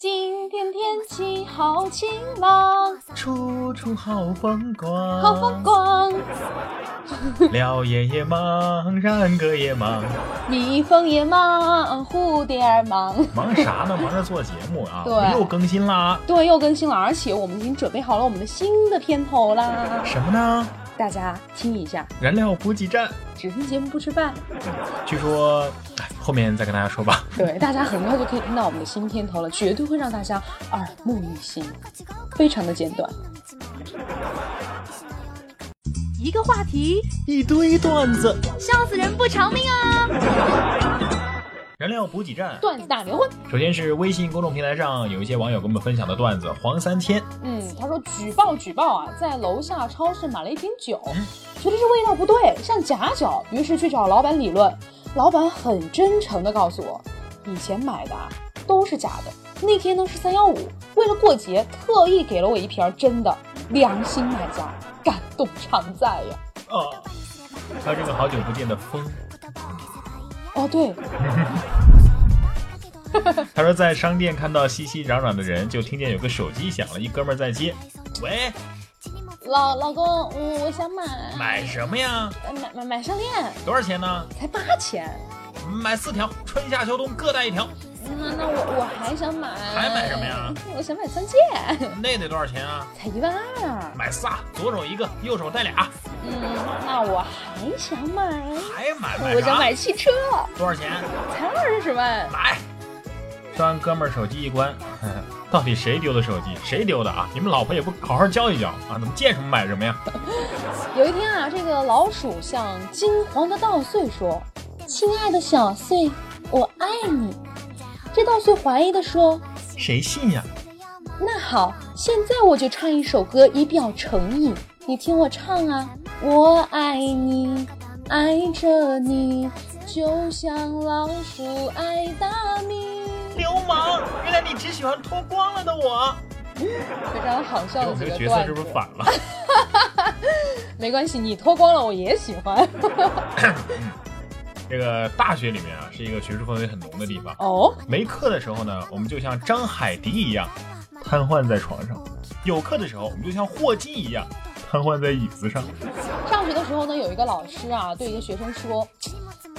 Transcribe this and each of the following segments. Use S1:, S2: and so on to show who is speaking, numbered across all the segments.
S1: 今天天气好晴朗，
S2: 处处好风光，
S1: 好风光，
S2: 廖爷爷忙，然哥也忙，
S1: 蜜蜂也忙，蝴蝶儿忙。
S2: 忙啥呢？忙着做节目啊！
S1: 对
S2: 我们又更新啦。
S1: 对，又更新了，而且我们已经准备好了我们的新的片头啦，
S2: 什么呢？
S1: 大家听一下，
S2: 燃料补给站。嗯
S1: 只听节目不吃饭。
S2: 据说，哎后面再跟大家说吧。
S1: 对，大家很快就可以听到我们的新片头了，绝对会让大家耳目一新，非常的简短。一个话题，
S2: 一堆段子，
S1: 笑死人不偿命啊！
S2: 燃料补给站。
S1: 段子大牛会，
S2: 首先是微信公众平台上有一些网友给我们分享的段子，黄三千，
S1: 嗯，他说举报举报啊，在楼下超市买了一瓶酒，
S2: 嗯
S1: 觉得这味道不对，像假酒，于是去找老板理论。老板很真诚的告诉我，以前买的啊都是假的，那天呢是三幺五，为了过节特意给了我一瓶真的，良心买家，感动常在呀。
S2: 啊，还有这个好久不见的风，
S1: 哦，对，
S2: 他说在商店看到熙熙攘攘的人，就听见有个手机响了，一哥们儿在接，喂，
S1: 老老公，嗯我我想买
S2: 买什么呀？
S1: 买买买项链，
S2: 多少钱呢？
S1: 才八千。
S2: 买四条，春夏秋冬各带一条，
S1: 那那我我还想买，
S2: 还买什么呀？
S1: 我想买钻戒。
S2: 那得多少钱啊？
S1: 才一万二。
S2: 买仨，左手一个，右手带俩，哎
S1: 嗯，那我还想买，
S2: 还买
S1: 我
S2: 买
S1: 想
S2: 啥？
S1: 买汽车，
S2: 多少钱？
S1: 才二十万。
S2: 买。说完，哥们儿手机一关， 呵呵到底谁丢的手机？谁丢的啊？你们老婆也不好好教一教啊？怎么见什么买什么呀？
S1: 有一天啊，这个老鼠向金黄的稻穗说：“亲爱的小穗，我爱你。”这稻穗怀疑的说
S2: 谁信呀？：“
S1: 那好，现在我就唱一首歌以表诚意，你听我唱啊，我爱你，爱着你，就像老鼠爱大米。”
S2: 流氓！原来你只喜欢脱光了的我。
S1: 非常好笑
S2: 我
S1: 的
S2: 这
S1: 几
S2: 个
S1: 个
S2: 角色
S1: 段
S2: 是
S1: 子
S2: 不。是反了？
S1: 没关系，你脱光了我也喜欢。
S2: 这个大学里面啊，是一个学术氛围很浓的地方。
S1: 哦，
S2: 没课的时候呢，我们就像张海迪一样瘫痪在床上；有课的时候，我们就像霍金一样瘫痪在椅子上。
S1: 上学的时候呢，有一个老师啊，对一个学生说：“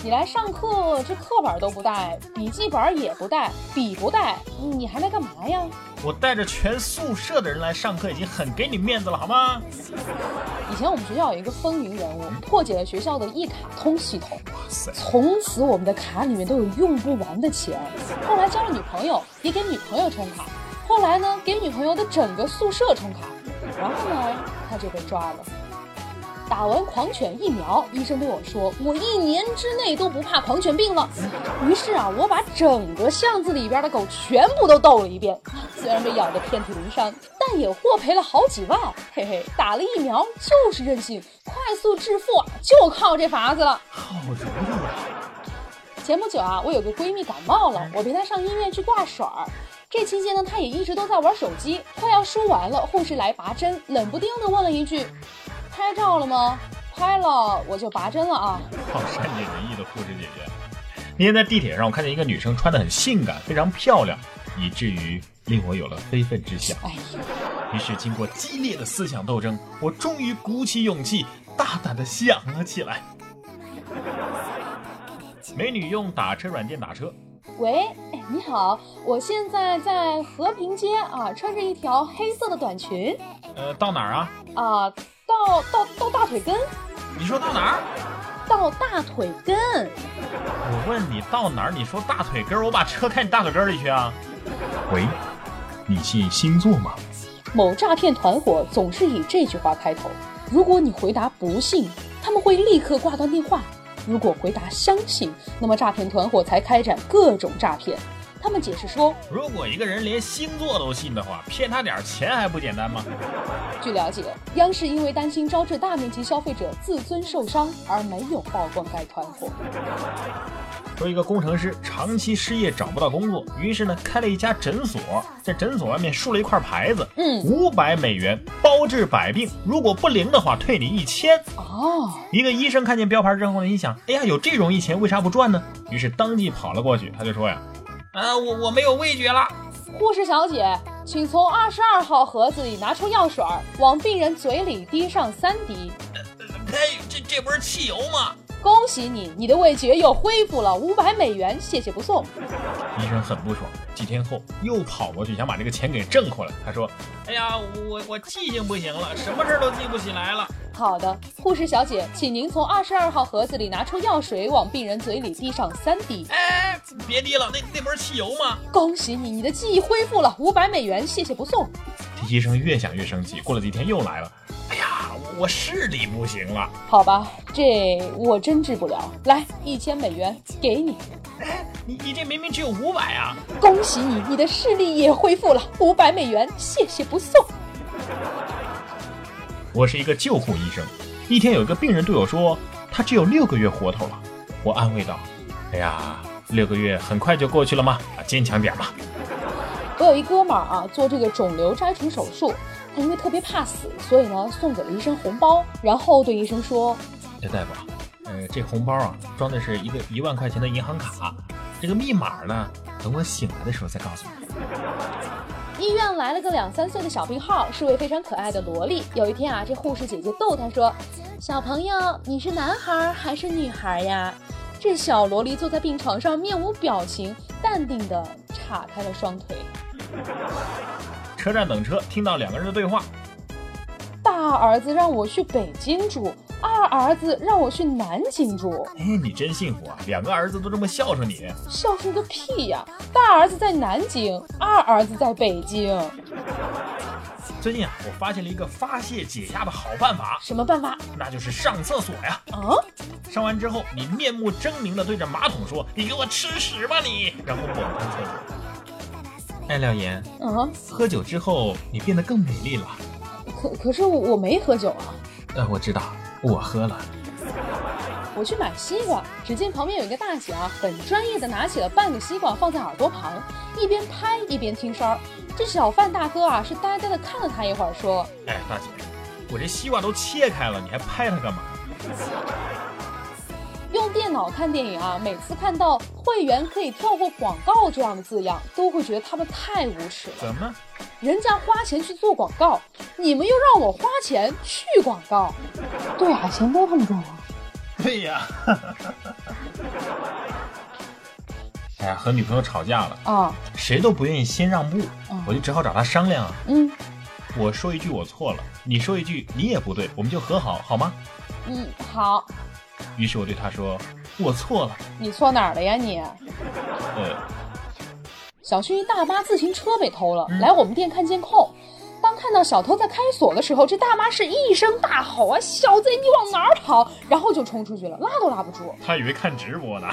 S1: 你来上课，这课本都不带，笔记本也不带，笔不带，你还来干嘛呀
S2: 我带着全宿舍的人来上课，已经很给你面子了，好吗？？”
S1: 以前我们学校有一个风云人物，破解了学校的一卡通系统，
S2: 哇塞，
S1: 从此我们的卡里面都有用不完的钱。后来交了女朋友，也给女朋友充卡。后来呢，给女朋友的整个宿舍充卡。然后呢，他就被抓了。打完狂犬疫苗，医生对我说：“我一年之内都不怕狂犬病了。”于是啊，我把整个巷子里边的狗全部都逗了一遍， 虽然被咬得遍体鳞伤，但也获赔了好几万。嘿嘿，打了疫苗就是任性，快速致富啊就靠这法子了。
S2: 好容易啊！
S1: 前不久啊，我有个闺蜜感冒
S2: 嗯
S1: 了，我陪她上医院去挂水儿。这期间呢，她也一直都在玩手机，快要输完了，护士来拔针，冷不丁的问了一句：“拍照了吗？”拍了，我就拔针了啊。
S2: 好善解人意的护士姐姐。那天在地铁上，我看见一个女生穿的很性感，非常漂亮，以至于令我有了非分之想。
S1: 哎呦，
S2: 于是，经过激烈的思想斗争，我终于鼓起勇气，大胆的想了起来。美女用打车软件打车，
S1: 喂，哎，你好，我现在在和平街啊，穿着一条黑色的短裙
S2: 呃，到哪儿啊？
S1: 啊，到到到大腿根，
S2: 你说到哪儿？
S1: 到大腿根。
S2: 我问你到哪儿，你说大腿根儿，我把车开你大腿根儿里去啊？喂，你信星座吗？
S1: 某诈骗团伙总是以这句话开头，如果你回答不信，他们会立刻挂断电话；如果回答相信，那么诈骗团伙才开展各种诈骗。他们解释说，
S2: 如果一个人连星座都信的话，骗他点儿钱还不简单吗？
S1: 据了解，央视因为担心招致大面积消费者自尊受伤，而没有曝光该团伙。
S2: 说一个工程师长期失业找不到工作，于是呢开了一家诊所，在诊所外面竖了一块牌子，
S1: 嗯，
S2: 五百美元包治百病，如果不灵的话退你一千。
S1: 哦，
S2: 一个医生看见标牌之后呢，一想，哎呀，有这种义钱为啥不赚呢？于是当即跑了过去，他就说呀，啊，我我没有味觉了。
S1: 护士小姐，请从二十二号盒子里拿出药水儿，往病人嘴里滴上三滴。
S2: 呸，这这不是汽油吗？
S1: 恭喜你，你的味觉又恢复了，五百美元，谢谢不送。
S2: 医生很不爽，几天后又跑过去想把这个钱给挣回来。他说：“哎呀，我我记性不行了，什么事儿都记不起来了。
S1: 好的，护士小姐，请您从二十二号盒子里拿出药水，往病人嘴里滴上三滴。
S2: 哎，别滴了，那那不是汽油吗
S1: 恭喜你，你的记忆恢复了，五百美元，谢谢不送。？”
S2: 这医生越想越生气，过了几天又来了。哎呀，我我视力不行了。
S1: 好吧，这我真治不了。来，一千美元给你，
S2: 你你这明明只有五百啊！
S1: 恭喜你，你的视力也恢复了，五百美元，谢谢不送。
S2: 我是一个救护医生。一天，有一个病人对我说，他只有六个月活头了。我安慰道：“哎呀，六个月很快就过去了嘛，啊坚强点嘛。”
S1: 我有一哥们儿啊，做这个肿瘤摘除手术，他因为特别怕死，所以呢送给了医生红包，然后对医生说
S2: 这大夫啊，呃，这红包啊装的是一个一万块钱的银行卡，这个密码呢，等我醒来的时候再告诉你。
S1: 医院来了个两三岁的小病号，是位非常可爱的萝莉。有一天啊，这护士姐姐逗她说：“小朋友，你是男孩儿还是女孩儿呀？”这小萝莉坐在病床上，面无表情，淡定地叉开了双腿。
S2: 车站等车，听到两个人的对话，
S1: 大儿子让我去北京住，二儿子让我去南京住，
S2: 哎，你真幸福啊，两个儿子都这么孝顺你。
S1: 孝顺个屁呀、大儿子在南京，二儿子在北京，
S2: 最近啊，我发现了一个发泄解压的好办法，
S1: 什么办法
S2: 那就是上厕所呀。
S1: 啊？
S2: 上完之后，你面目狰狞地对着马桶说：“你给我吃屎吧你！”然后滚出厕所。哎，廖岩，
S1: 啊，
S2: 喝酒之后你变得更美丽了。
S1: 可可是我我没喝酒啊。
S2: 呃，我知道，我喝了。
S1: 我去买西瓜，只见旁边有一个大姐啊，很专业的拿起了半个西瓜放在耳朵旁，一边拍一边听声儿。这小贩大哥啊，是呆呆的看了他一会儿，说
S2: 哎，大姐，我这西瓜都切开了，你还拍它干嘛？
S1: 用电脑看电影啊，每次看到会员可以跳过广告这样的字样，都会觉得他们太无耻了。
S2: 怎么？
S1: 人家花钱去做广告，你们又让我花钱去广告，对啊，钱包他们赚了。
S2: 对呀。哎呀，和女朋友吵架了，
S1: 啊，
S2: 谁都不愿意先让步，
S1: 嗯
S2: 我就只好找她商量啊。
S1: 嗯
S2: 我说一句我错了，你说一句你也不对，我们就和好好吗？
S1: 嗯，好，
S2: 于是我对她说，我错了。
S1: 你错哪儿了呀你？
S2: 呃，
S1: 小区一大妈自行车被偷了，
S2: 嗯
S1: 来我们店看监控。当看到小偷在开锁的时候，这大妈是一声大吼啊：“小贼，你往哪儿跑！”然后就冲出去了，拉都拉不住。
S2: 她以为看直播呢。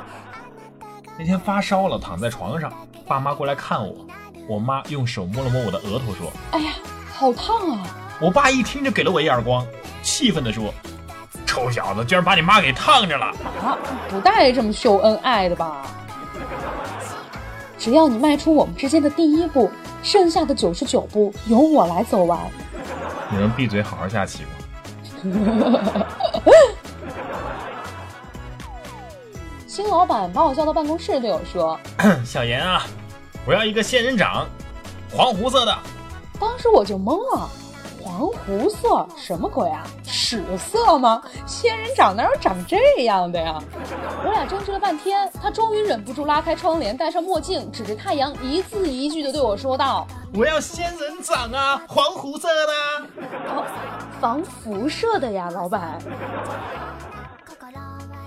S2: 那天发烧了，躺在床上，爸妈过来看我，我妈用手摸了摸我的额头，说：“
S1: 哎呀，好烫啊！
S2: 我爸一听就给了我一耳光，气愤地说：“臭小子，居然把你妈给烫着了
S1: 啊，不带这么秀恩爱的吧？只要你迈出我们之间的第一步，剩下的九十九步由我来走完。！”
S2: 你能闭嘴好好下棋吗？
S1: 新老板把我叫到办公室，对我说
S2: 小严啊，我要一个仙人掌，黄胡色的。：“
S1: 当时我就懵了，黄胡色什么鬼啊？屎色吗？仙人掌哪有长这样的呀？”我俩争执了半天，他终于忍不住拉开窗帘，戴上墨镜，指着太阳，一字一句的对我说道
S2: 我要仙人掌啊，黄胡色的。：“
S1: 哦防辐射的呀，老板。”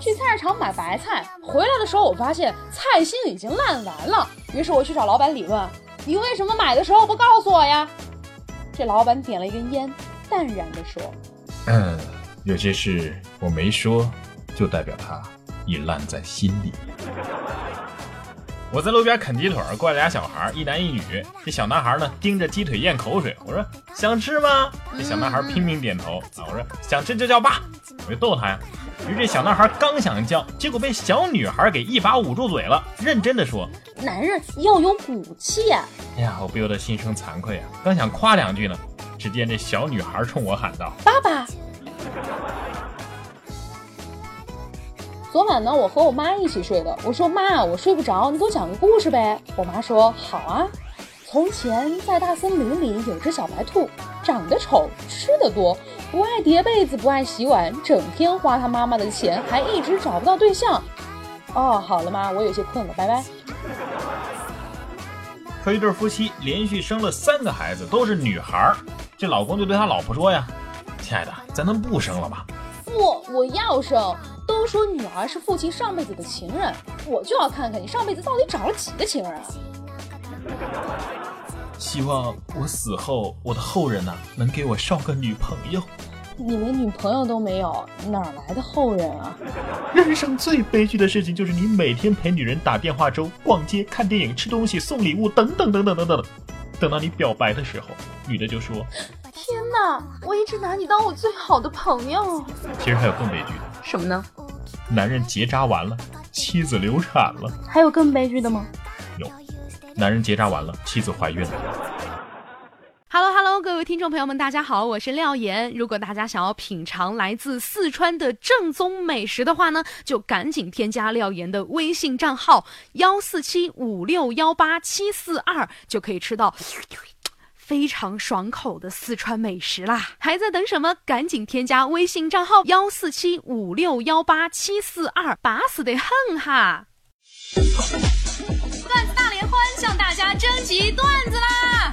S1: 去菜市场买白菜，回来的时候我发现菜心已经烂完了，于是我去找老板理论：“你为什么买的时候不告诉我呀？”这老板点了一根烟，淡然地说
S3: 嗯，有些事我没说，就代表它已烂在心里。我在路边啃鸡腿儿，过来俩小孩儿，一男一女。这小男孩儿呢，盯着鸡腿咽口水。我说想吃吗？这小男孩儿拼命点头。啊，我说想吃就叫爸，我就逗他呀。于是这小男孩儿刚想叫，结果被小女孩儿给一把捂住嘴了，认真的说：“：“
S1: 男人要有骨气呀、
S3: 哎呀，我不由得心生惭愧啊！刚想夸两句呢，只见这小女孩冲我喊道
S1: 爸爸。昨晚呢，我和我妈一起睡的。我说妈，我睡不着，你给我讲个故事呗。我妈说好啊。从前在大森林里有只小白兔，长得丑，吃的多，不爱叠被子，不爱洗碗，整天花他妈妈的钱，还一直找不到对象。哦，好了妈，我有些困了，拜拜。：“
S3: 说一对夫妻连续生了三个孩子，都是女孩儿。这老公就对他老婆说呀：‘亲爱的，咱能不生了吗
S1: 不，我要生。都说女儿是父亲上辈子的情人，我就要看看你上辈子到底找了几个情人啊！？’
S3: 希望我死后，我的后人呐、能给我捎个女朋友。
S1: 你连女朋友都没有，哪儿来的后人啊？
S3: 人生最悲剧的事情就是你每天陪女人打电话粥、逛街、看电影、吃东西、送礼物，等等等等等等。等到你表白的时候，女的就说
S4: 天哪！我一直拿你当我最好的朋友。：‘
S3: 其实还有更悲剧的。’”
S4: 什么呢？
S3: 男人结扎完了，妻子流产了；
S4: 还有更悲剧的吗
S3: 男人结扎完了，妻子怀孕了。
S4: ？Hello Hello，各位听众朋友们，大家好，我是廖岩。如果大家想要品尝来自四川的正宗美食的话呢，就赶紧添加廖岩的微信账号幺四七五六幺八七四二，就可以吃到。非常爽口的四川美食啦！还在等什么？赶紧添加微信账号幺四七五六幺八七四二，把死得恨哈！段子大联欢向大家征集段子啦！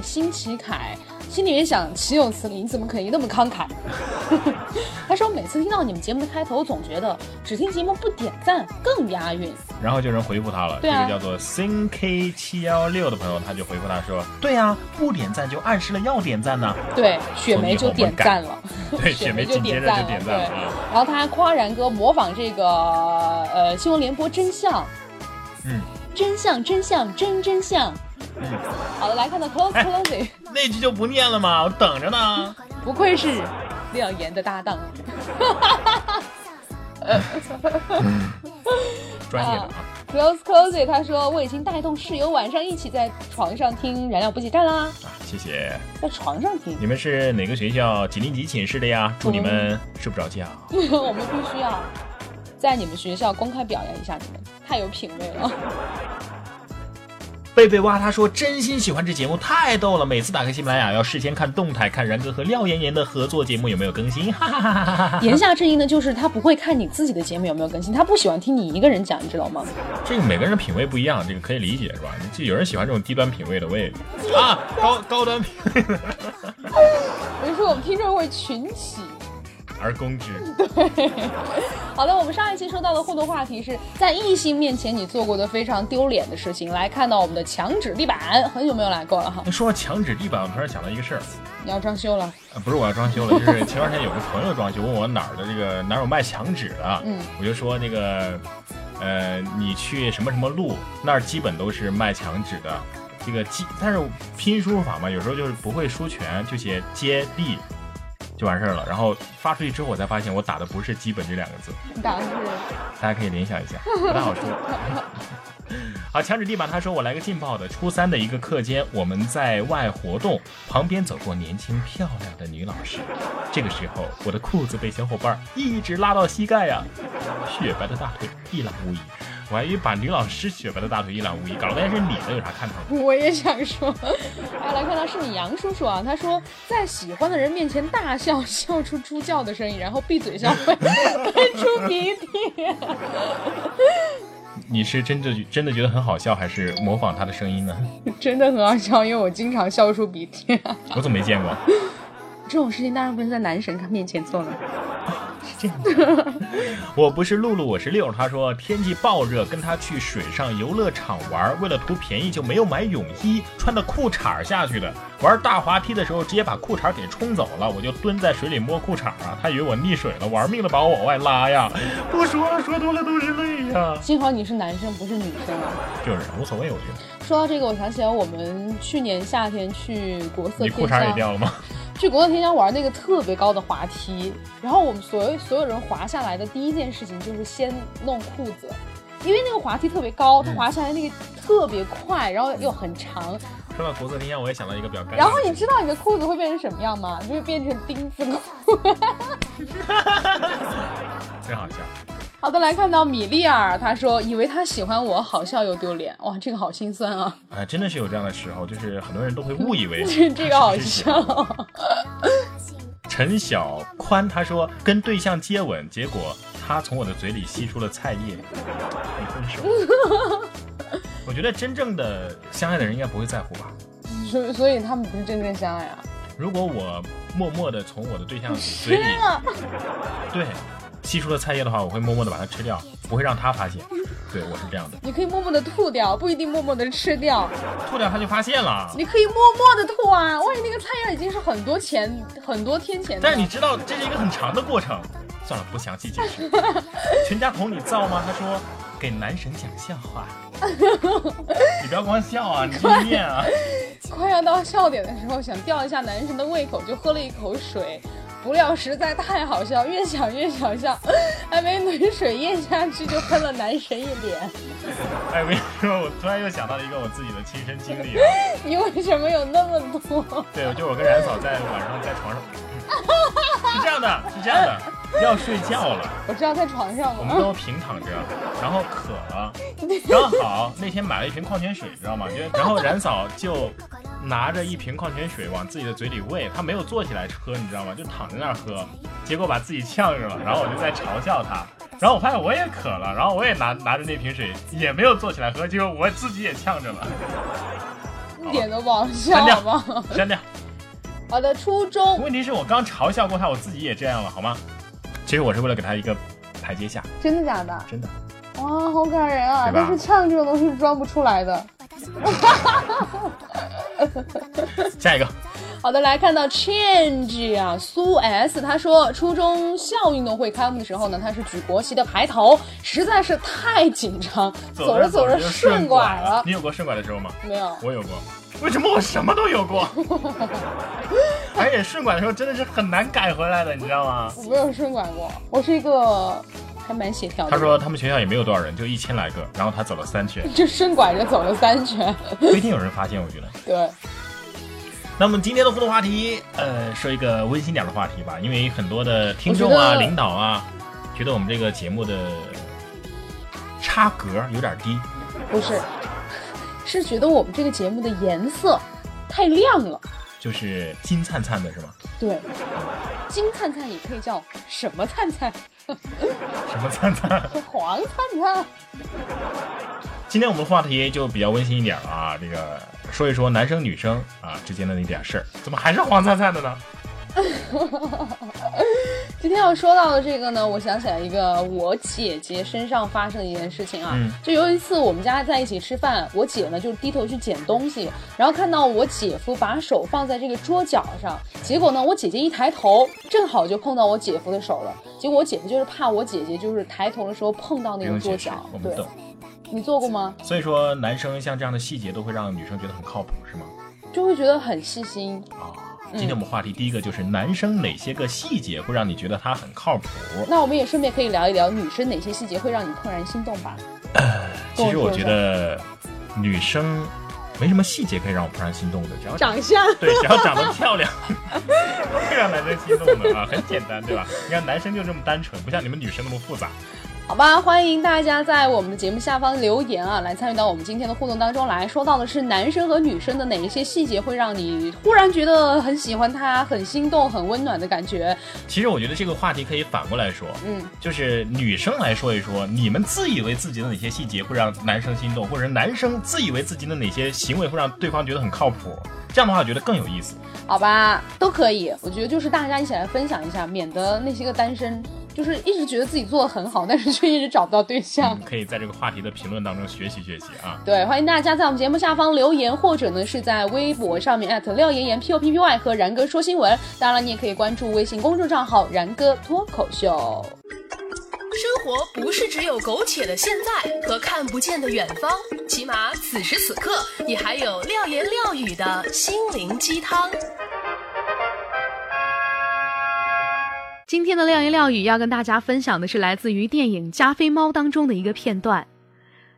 S1: 辛。启凯，辛启凯，心里面想，岂有此理！你怎么可以那么慷慨？ 他说，每次听到你们节目的开头，我总觉得只听节目不点赞更押韵。
S3: 然后就有人回复他了，这
S1: 对啊
S3: 个叫做 CK 七幺六的朋友，他就回复他说：“对啊，不点赞就暗示了要点赞呢、
S1: 对，雪梅就点赞了，
S3: 对，雪梅
S1: 就
S3: 紧接着就点赞
S1: 对
S3: 了。啊。
S1: 然后他还夸然哥模仿这个呃新闻联播真相，
S3: 嗯，
S1: 真相真相真真相。
S3: 嗯
S1: 好的，来看到 close
S3: 哎
S1: closing，、
S3: 那句就不念了嘛，我等着呢。
S1: 不愧是廖岩的搭档，
S3: 专业的啊，
S1: close closing。他说我已经带动室友晚上一起在床上听燃料补给站啦，
S3: 啊，谢谢。
S1: 在床上听，
S3: 你们是哪个学校几零几寝室的呀？祝你们睡不着觉。
S1: 我们必须要在你们学校公开表扬一下你们，太有品位了。
S3: 贝贝蛙他说真心喜欢这节目，太逗了！每次打开喜马拉雅要事先看动态，看然哥和廖妍妍的合作节目有没有更新，哈哈哈哈哈哈。
S1: 言下之意呢，就是他不会看你自己的节目有没有更新，他不喜欢听你一个人讲，你知道吗？
S3: 这个每个人的品味不一样，这个可以理解是吧？就有人喜欢这种低端品味的，我也啊高高端品味的。
S1: 有时候我们听众会群起
S3: 而攻之。
S1: 好的，我们上一期说到的互动话题是在异性面前你做过的非常丢脸的事情。来看到我们的墙纸地板，很久没有来过了哈
S3: 那。说到墙纸地板，我突然想到一个事儿，
S1: 你要装修了，
S3: 呃，不是我要装修了，就是前段时间有个朋友装修，问我哪儿的这个哪儿有卖墙纸的，
S1: 嗯
S3: 我就说那个，呃，你去什么什么路那儿基本都是卖墙纸的，这个基，但是拼书法嘛，有时候就是不会书全，就写接力就完事儿了。然后发出去之后，我才发现我打的不是基本这两个字，
S1: 你打的是
S3: 大家可以联想一下，不太好说。 好，墙纸地板，他说我来个劲爆的。初三的一个课间，我们在外活动，旁边走过年轻漂亮的女老师。这个时候，我的裤子被小伙伴一直拉到膝盖 呀、雪白的大腿一览无遗。我还以为把女老师雪白的大腿一览无遗，搞了半天是你的，有啥看头？
S1: 我也想说， 啊，来看到是你杨叔叔啊，他说在喜欢的人面前大笑，笑出猪叫的声音，然后闭嘴笑， 喷喷出鼻涕。
S3: 你是真的真的觉得很好笑，还是模仿她的声音呢？
S1: 真的很好笑，因为我经常笑出鼻涕、
S3: 我怎么没见过？
S1: 这种事情当然不能在男神面前做了。
S3: 我不是露露，我是六。他说天气暴热，跟他去水上游乐场玩，为了图便宜就没有买泳衣，穿的裤衩下去的。玩大滑梯的时候，直接把裤衩给冲走了，我就蹲在水里摸裤衩啊，他以为我溺水了，玩命的把我往外拉呀。不说了，说多了都是泪呀。
S1: 幸好你是男生，不是女生啊。
S3: 就是无所谓，我觉得。
S1: 说到这个，我想起来我们去年夏天去国色
S3: 你裤
S1: 天
S3: 衩也
S1: 香，
S3: 掉了吗？
S1: 去国色天香玩那个特别高的滑梯，然后我们所有所有人滑下来的第一件事情就是先弄裤子，因为那个滑梯特别高，它滑下来那个特别快，然后又很长，
S3: 说到国色天香，我也想到一个比较尴尬的。
S1: 然后你知道你的裤子会变成什么样吗？就会变成钉子裤。
S3: 真好笑。
S1: 好的，来看到米粒尔，他说以为他喜欢我，好笑又丢脸，哇，这个好心酸啊，
S3: 啊、真的是有这样的时候，就是很多人都会误以为
S1: 这个 好
S3: 啊
S1: 笑。
S3: 陈小宽他说跟对象接吻，结果他从我的嘴里吸出了菜叶，没分手。我觉得真正的相爱的人应该不会在乎吧。
S1: 所所以他们不是真正相爱啊。
S3: 如果我默默的从我的对象嘴里
S1: 了
S3: 对吸出了菜叶的话，我会默默的把它吃掉，不会让他发现。对我是这样的，
S1: 你可以默默的吐掉，不一定默默的吃掉。
S3: 吐掉他就发现了。
S1: 你可以默默的吐啊，万一那个菜叶已经是很多前很多天前的。
S3: 但是你知道这是一个很长的过程，算了，不详细解释。全家桶你造吗？他说给男神讲笑话，你不要光笑啊，你继续念啊。
S1: 快要到笑点的时候，想吊一下男神的胃口，就喝了一口水。不料实在太好笑，越想越想笑， 还没暖水咽下去就喷了男神一脸。
S3: 哎，我跟你说，我突然又想到了一个我自己的亲身经历啊。
S1: 你为什么有那么多？
S3: 对，就是我跟冉嫂在晚上在床上，是这样的，是这样的，要睡觉了。
S1: 我知道在床上
S3: 我们
S1: 了，
S3: 都平躺着，然后渴 了，刚好那天买了一瓶矿泉水，知道吗？就然后冉嫂就拿着一瓶矿泉水往自己的嘴里喂，她没有坐起来喝，你知道吗？就躺在那儿喝，结果把自己呛着了，然后我就在嘲笑她。然后我发现我也渴了，然后我也拿拿着那瓶水，也没有坐起来喝，结果我自己也呛着了。
S1: 一点都不好笑，
S3: 删掉
S1: 好不好？
S3: 删掉。
S1: 好的，初中
S3: 问题是我刚嘲笑过她，我自己也这样了，好吗？其实我是为了给她一个台阶下，
S1: 真的假的？
S3: 真的。
S1: 哇，好感人啊！
S3: 对吧
S1: 但是呛这种东西是装不出来的。
S3: 下一个，
S1: 好的，来看到 change 啊，苏 S 他说，初中校运动会开幕的时候呢，他是举国旗的排头，实在是太紧张，走着走着
S3: 就
S1: 顺拐了。
S3: 你有过顺拐的时候吗？
S1: 没有，
S3: 我有过，为什么我什么都有 过？而且顺拐的时候真的是很难改回来的，你知道吗？
S1: 我没有顺拐过，我是一个还蛮协调的。
S3: 他，说他们学校也没有多少人，就一千来个，然后他走了三圈，
S1: 就顺拐着走了三圈。
S3: 不一定有人发现，我觉得。
S1: 对，
S3: 那么今天的互动话题，呃，说一个温馨点的话题吧，因为很多的听众
S1: 我
S3: 啊、
S1: 觉得
S3: 领导啊，觉得我们这个节目的差格有点低，
S1: 不是，是觉得我们这个节目的颜色太亮了。
S3: 就是金灿灿的是吗？
S1: 对，金灿灿也可以叫什么灿灿，
S3: 什么灿灿？
S1: 黄灿灿。
S3: 今天我们的话题就比较温馨一点了啊，这个说一说男生女生啊之间的那点事儿，怎么还是黄灿灿的呢？
S1: 今天要说到的这个呢，我想起来一个我姐姐身上发生的一件事情啊，
S3: 嗯
S1: 就有一次我们家在一起吃饭，我姐呢就低头去捡东西，然后看到我姐夫把手放在这个桌角上，结果呢我姐姐一抬头，正好就碰到我姐夫的手了，结果我姐夫就是怕我姐姐就是抬头的时候碰到
S3: 不
S1: 那
S3: 用
S1: 个桌
S3: 解释
S1: 角，，
S3: 我们
S1: 对
S3: 懂。，
S1: 你做过吗？
S3: 所以说，男生像这样的细节都会让女生觉得很靠谱，是吗？
S1: 就会觉得很细心，
S3: 啊，今天我们话题第一个就是男生哪些个细节会让你觉得他很靠谱。
S1: 那我们也顺便可以聊一聊女生哪些细节会让你怦然心动吧。跟
S3: 其实我
S1: 说
S3: 觉
S1: 说
S3: 得女生没什么细节可以让我怦然心动的，只要
S4: 长相。
S3: 对，只要长得漂亮， 会让男生心动的啊，很简单，对吧？你看男生就这么单纯，不像你们女生那么复杂。
S1: 好吧，欢迎大家在我们的节目下方留言啊，来参与到我们今天的互动当中来。说到的是男生和女生的哪一些细节会让你忽然觉得很喜欢他、很心动、很温暖的感觉？
S3: 其实我觉得这个话题可以反过来说，
S1: 嗯，
S3: 就是女生来说一说，你们自以为自己的哪些细节会让男生心动，或者男生自以为自己的哪些行为会让对方觉得很靠谱。这样的话，我觉得更有意思。
S1: 好吧， 都可以。我觉得就是大家一起来分享一下，免得那些个单身就是一直觉得自己做的很好，但是却一直找不到对象。
S3: 嗯可以在这个话题的评论当中学习学习啊。
S1: 对，欢迎大家在我们节目下方留言，或者呢是在微博上面艾特廖妍妍 P O P P Y 和然哥说新闻。当然了，你也可以关注微信公众账号“然哥脱口秀
S4: 生活不是只有苟且的现在和看不见的远方，起码此时此刻，你还有廖言廖语的心灵鸡汤。今天的廖言廖语要跟大家分享的是来自于电影《加菲猫》当中的一个片段。《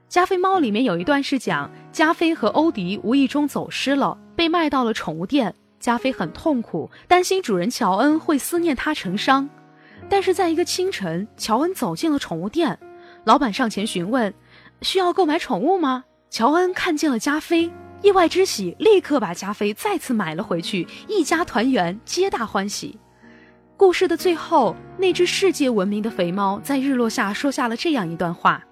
S4: 加菲猫》里面有一段是讲加菲和欧迪无意中走失了，被卖到了宠物店。加菲很痛苦，担心主人乔恩会思念他成伤。但是在一个清晨，乔恩走进了宠物店，老板上前询问：“需要购买宠物吗？”乔恩看见了加菲，意外之喜，立刻把加菲再次买了回去，一家团圆，皆大欢喜。故事的最后，那只世界闻名的肥猫在日落下说下了这样一段话：“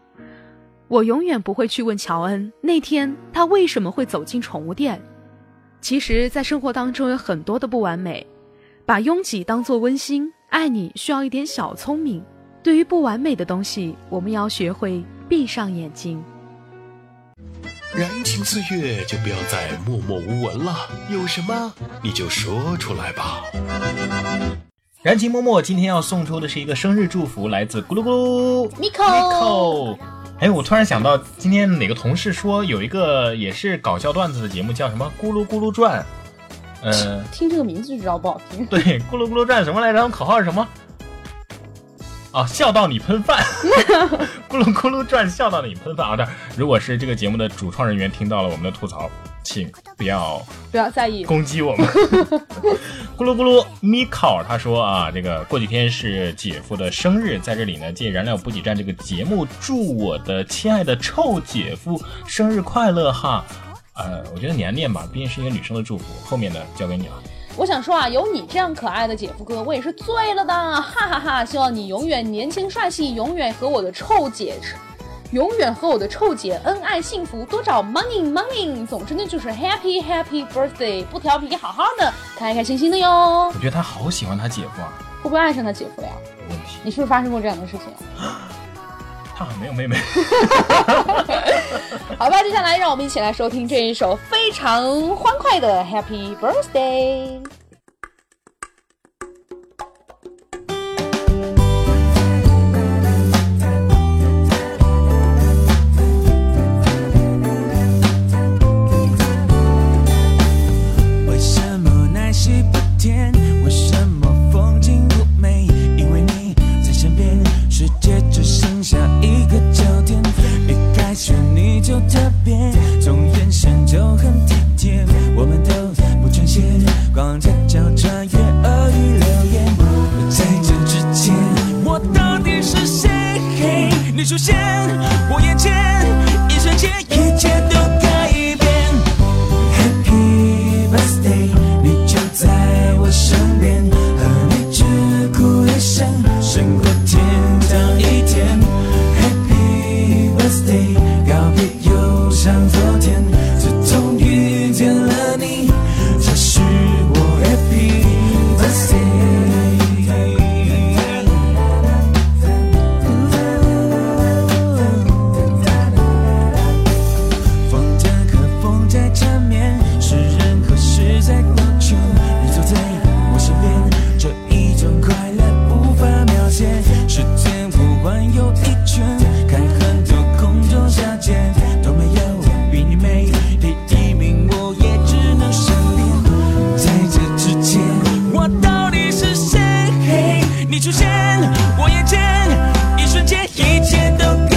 S4: 我永远不会去问乔恩那天他为什么会走进宠物店。其实，在生活当中有很多的不完美，把拥挤当作温馨，爱你需要一点小聪明。对于不完美的东西，我们要学会闭上眼睛。
S2: 燃情岁月就不要再默默无闻了，有什么你就说出来吧。
S3: 燃情默默今天要送出的是一个生日祝福，来自咕噜咕噜
S1: Miko
S3: Miko。哎，我突然想到，今天哪个同事说有一个也是搞笑段子的节目，叫什么《咕噜咕噜转》？呃，”。
S1: 听这个名字就知道不好听。
S3: 对，《咕噜咕噜转》什么来着？他们口号是什么？啊，笑到你喷饭，咕噜咕噜转，笑到你喷饭啊！对，如果是这个节目的主创人员听到了我们的吐槽，请不要
S1: 不要在意。
S3: 攻击我们。 咕噜咕噜 Miko 他说啊，这个过几天是姐夫的生日，在这里呢借《燃料补给站》这个节目，祝我的亲爱的臭姐夫生日快乐哈！呃，我觉得你来念吧，毕竟是一个女生的祝福，后面的交给你了。
S1: 我想说啊，有你这样可爱的姐夫哥，我也是醉了的，啊 哈哈哈希望你永远年轻帅气，永远和我的臭姐，永远和我的臭姐恩爱幸福，多找 money money。总之呢，就是 happy happy birthday，不调皮，好好的，开开心心的哟。
S3: 我觉得他好喜欢他姐夫啊，
S1: 会不会爱上他姐夫了呀？
S3: 有问题，
S1: 你是不是发生过这样的事情？啊
S3: 他好像没有妹妹。
S1: 好吧，接下来让我们一起来收听这一首非常欢快的 Happy Birthday。
S5: 为什么奶昔不甜？为什么风景不美？因为你在身边，世界只剩下一个焦点。一开始你就特别，从眼神就很体贴。我们都不穿鞋，光着脚穿越耳语流言。在这之前，我到底是谁？你出现我眼前，一瞬间，一切都改变。Happy birthday，你就在我身边，和你只哭一声，胜过天堂一天。Happy birthday，告别忧伤昨天，自从遇见了你，才是我 Happy birthday。我眼前，一瞬间一切都。